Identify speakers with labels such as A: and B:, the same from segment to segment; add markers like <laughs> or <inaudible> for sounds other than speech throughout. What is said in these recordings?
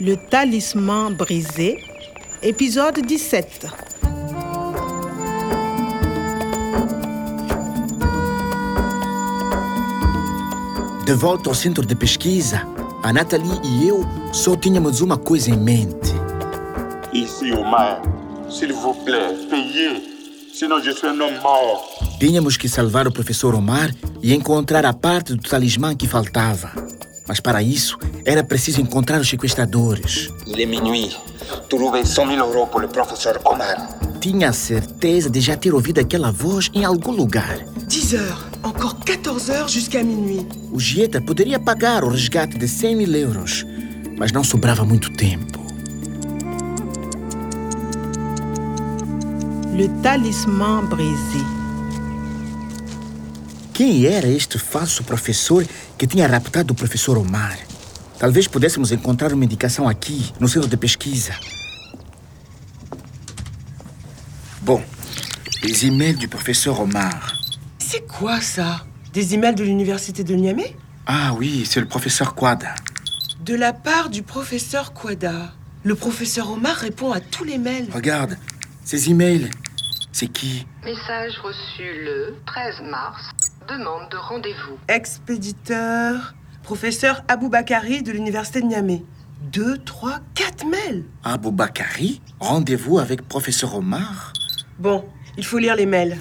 A: Le talisman brisé, épisode 17.
B: De volta ao centro de pesquisa, a Nathalie e eu só tínhamos uma coisa em mente.
C: Ici au maire, s'il vous plaît, payez, sinon je suis un homme mort.
B: Tínhamos que salvar o professor Omar e encontrar a parte do talismã que faltava. Mas para isso, era preciso encontrar os sequestradores.
D: Il est minuit. Trouvez 100 000 euros pour le professeur Omar.
B: Tinha a certeza de já ter ouvido aquela voz em algum lugar.
E: 10 heures, encore 14 heures jusqu'à minuit.
B: O Gieta poderia pagar o resgate de 100 mil euros, mas não sobrava muito tempo.
A: Le talisman brisé.
B: Quem era este falso professor que tinha raptado o professor Omar? Talvez pudéssemos encontrar uma indicação aqui, no centro de pesquisa. Bom, les e-mails do professor Omar.
E: C'est quoi ça Des emails de l'université de Niamey
B: Ah oui, c'est le professeur Quada.
E: De la part du professeur Kwada. Le professeur Omar répond à tous les mails.
B: Regarde, ces e-mails. C'est qui
F: Message reçu le 13 mars. Demande de rendez-vous.
E: Expéditeur, professeur Aboubakari de l'université de Niamey. Deux, trois, quatre mails.
B: Aboubakari Rendez-vous avec professeur Omar
E: Bon, il faut lire les mails.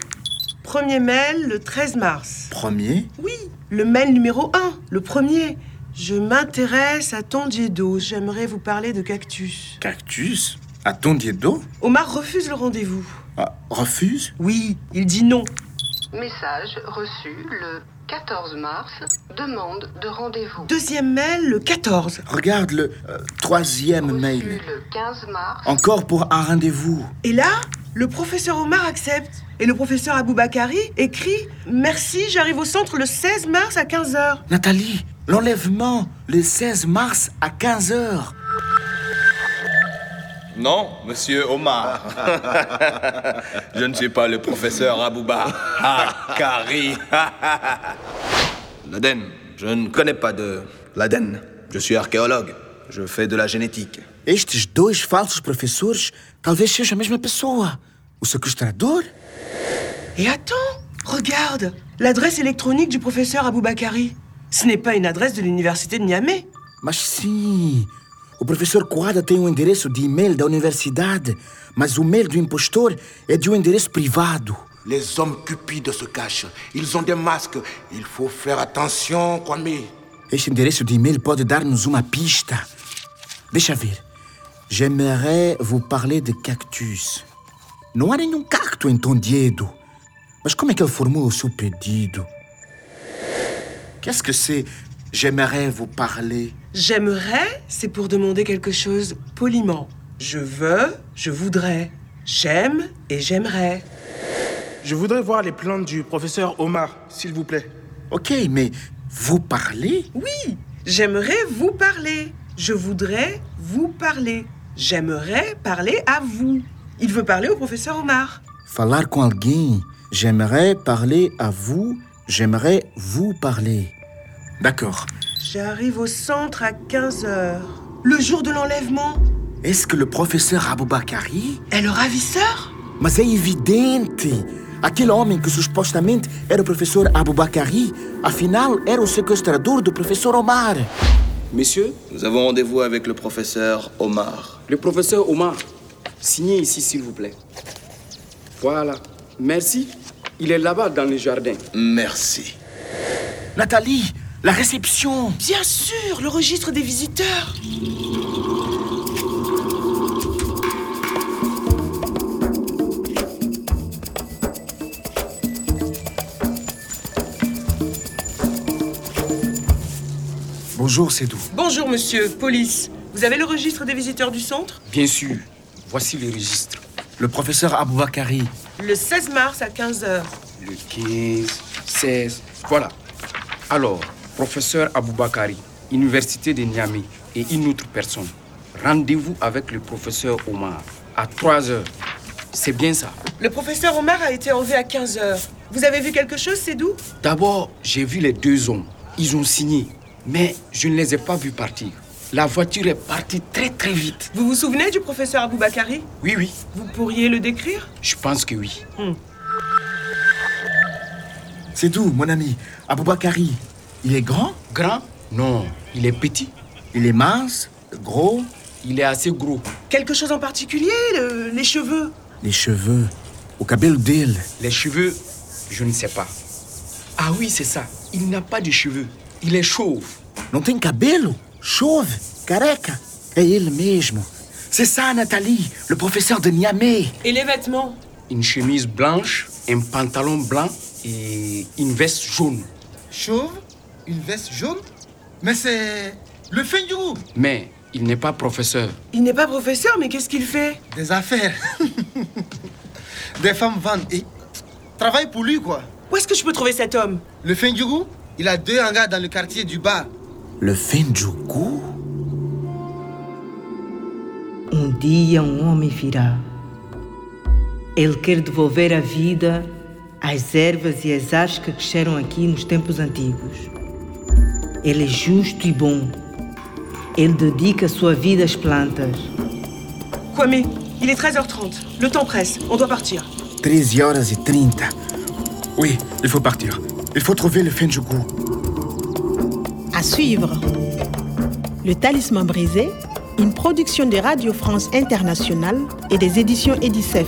E: Premier mail le 13 mars.
B: Premier
E: Oui, le mail numéro 1, le premier. Je m'intéresse à Tondiedo, j'aimerais vous parler de cactus.
B: Cactus À Tondiedo
E: Omar refuse le rendez-vous.
B: Ah, Refuse
E: Oui, il dit non.
F: Message reçu le 14 mars. Demande de rendez-vous.
E: Deuxième mail le 14.
B: Regarde le euh, troisième
F: Reçu
B: mail.
F: le 15 mars.
B: Encore pour un rendez-vous.
E: Et là, le professeur Omar accepte. Et le professeur Aboubakari écrit Merci, j'arrive au centre le 16 mars à 15h.
B: Nathalie, l'enlèvement, le 16 mars à 15h.
G: Non, monsieur Omar. <laughs> Je ne suis pas le professeur Abouba Ah, Hakari. <laughs> L'Aden. Je ne connais pas de l'Aden. Je suis archéologue. Je fais de la génétique.
B: Estes dois falsos professores talvez sejam a mesma pessoa. O sequestrador?
E: Et attends, regarde L'adresse électronique du professeur Aboubakari. Ce n'est pas une adresse de l'université de Niamey.
B: Mas sim, o professor Coada tem um endereço de e-mail da universidade, mas o e-mail do impostor é de um endereço privado.
H: Les hommes cupides se cachent. Ils ont des masques. Il faut faire attention, Kwame.
B: Este endereço de e-mail pode dar-nos uma pista. Deixa ver. J'aimerais vous parler de cactus. Não há nenhum cacto em Tondiedo. Mas como é que ele formula o seu pedido? Qu'est-ce que c'est J'aimerais vous parler.
E: J'aimerais, c'est pour demander quelque chose poliment. Je veux, je voudrais. J'aime et j'aimerais.
I: Je voudrais voir les plantes du professeur Omar, s'il vous plaît.
B: Ok, mais vous parler
E: Oui, j'aimerais vous parler. Je voudrais vous parler. J'aimerais parler à vous. Il veut parler au professeur Omar.
B: Falar com alguém. J'aimerais parler à vous. J'aimerais vous parler. D'accord.
E: J'arrive au centre à 15h. Le jour de l'enlèvement.
B: Est-ce que le professeur Aboubakari
E: Et le ravisseur
B: Mas é evidente! Aquele homem que supostamente era o professor Aboubakari, afinal era o sequestrador do professor Omar.
D: Messieurs,
G: Nous avons rendez-vous avec le professeur Omar.
D: le professeur Omar, signez ici, s'il vous plaît. Voilà. Merci. Il est là-bas dans le jardin.
G: Merci.
B: Nathalie, la réception!
E: Bien sûr, le registre des visiteurs.
B: Bonjour, Cédou.
E: Bonjour monsieur, police. Vous avez le registre des visiteurs du centre
D: Bien sûr. Voici le registre.
B: Le professeur Aboubakari.
E: Le 16 mars à 15h.
D: Le 15, 16. Voilà. Alors, professeur Aboubakari, Université de Niamey et une autre personne. Rendez-vous avec le professeur Omar à 3 heures. C'est bien ça.
E: Le professeur Omar a été enlevé à 15h. Vous avez vu quelque chose, c'est doux
D: D'abord, j'ai vu les deux hommes. Ils ont signé, mais je ne les ai pas vus partir. La voiture est partie très très vite.
E: Vous vous souvenez du professeur Aboubakari
D: Oui, oui,
E: Vous pourriez le décrire
D: je pense que oui.
B: C'est tout, mon ami. Aboubakari, il est grand,
D: Grand Non, il est petit.
B: il est mince, gros,
D: Il est assez gros.
E: Quelque chose en particulier le- Les cheveux
B: les cheveux, o cabelo dele.
D: Les cheveux, je ne sais pas. Ah oui, c'est ça. Il n'a pas de cheveux. Il est chauve.
B: Não tem cabelo? Chauve, careca. É ele mesmo. C'est ça, Nathalie, le professeur de Niamey.
E: Et les vêtements
D: Une chemise blanche, un pantalon blanc et une veste jaune.
J: Chauve, une veste jaune. Mais c'est le fin du groupe
D: Mais il n'est pas professeur.
E: Il n'est pas professeur, mais qu'est-ce qu'il fait
J: des affaires. des femmes vendent et travaillent pour lui, quoi.
E: Où est-ce que je peux trouver cet homme
J: Le fin du groupe, il a deux hangars dans le quartier du bas.
B: Le Fendjougou?
K: Um dia um homem virá. Ele quer devolver à vida as ervas e as ars que cresceram aqui nos tempos antigos. Ele é justo e bom. Ele dedica sua vida às plantas.
E: Kwame, il est 13h30. Le temps presse, on doit partir.
B: 13 horas e 30. Oui, il faut partir. Il faut trouver le Fendjougou.
A: À suivre. Le Talisman brisé, une production de Radio France Internationale et des éditions Edicef.